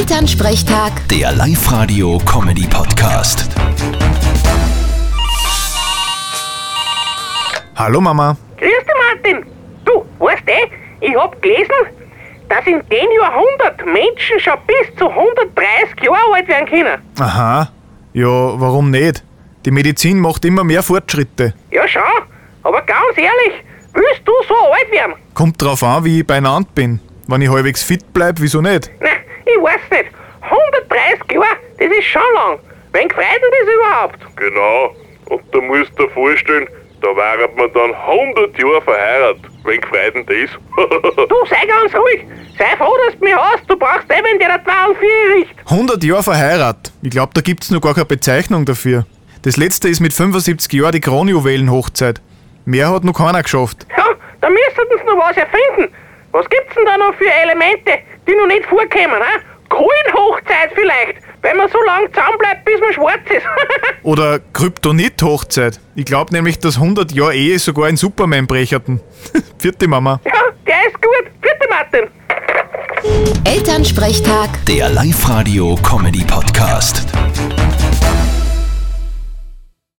Elternsprechtag, Der Live-Radio-Comedy-Podcast. Hallo Mama. Grüß dich, Martin. Du, weißt eh, ich hab gelesen, dass in dem Jahrhundert Menschen schon bis zu 130 Jahre alt werden können. Aha. Ja, warum nicht? Die Medizin macht immer mehr Fortschritte. Ja, schon. Aber ganz ehrlich, willst du so alt werden? Kommt drauf an, wie ich beieinander bin. Wenn ich halbwegs fit bleib, wieso nicht? Na, ich weiß nicht. 130 Jahre, das ist schon lang. Wen freut denn das überhaupt? Genau. Und da musst du dir vorstellen, da wären wir dann 100 Jahre verheiratet. Wen gefreut denn das? Du, sei ganz ruhig. Sei froh, dass du mich hast. Du brauchst eben der 42 100 Jahre verheiratet. Ich glaube, da gibt's noch gar keine Bezeichnung dafür. Das letzte ist mit 75 Jahren die Kronjuwelenhochzeit. Mehr hat noch keiner geschafft. Ja, da müssten sie noch was erfinden. Was gibt's denn da noch für Elemente, die noch nicht vorkommen, hä? Kohlenhochzeit vielleicht, wenn man so lange zusammenbleibt, bis man schwarz ist. Oder Kryptonit-Hochzeit. Ich glaube nämlich, dass 100 Jahre Ehe sogar in Superman brecherten. Vierte Mama. ja, der ist gut. Vierte Martin. Elternsprechtag. Der Live-Radio-Comedy-Podcast.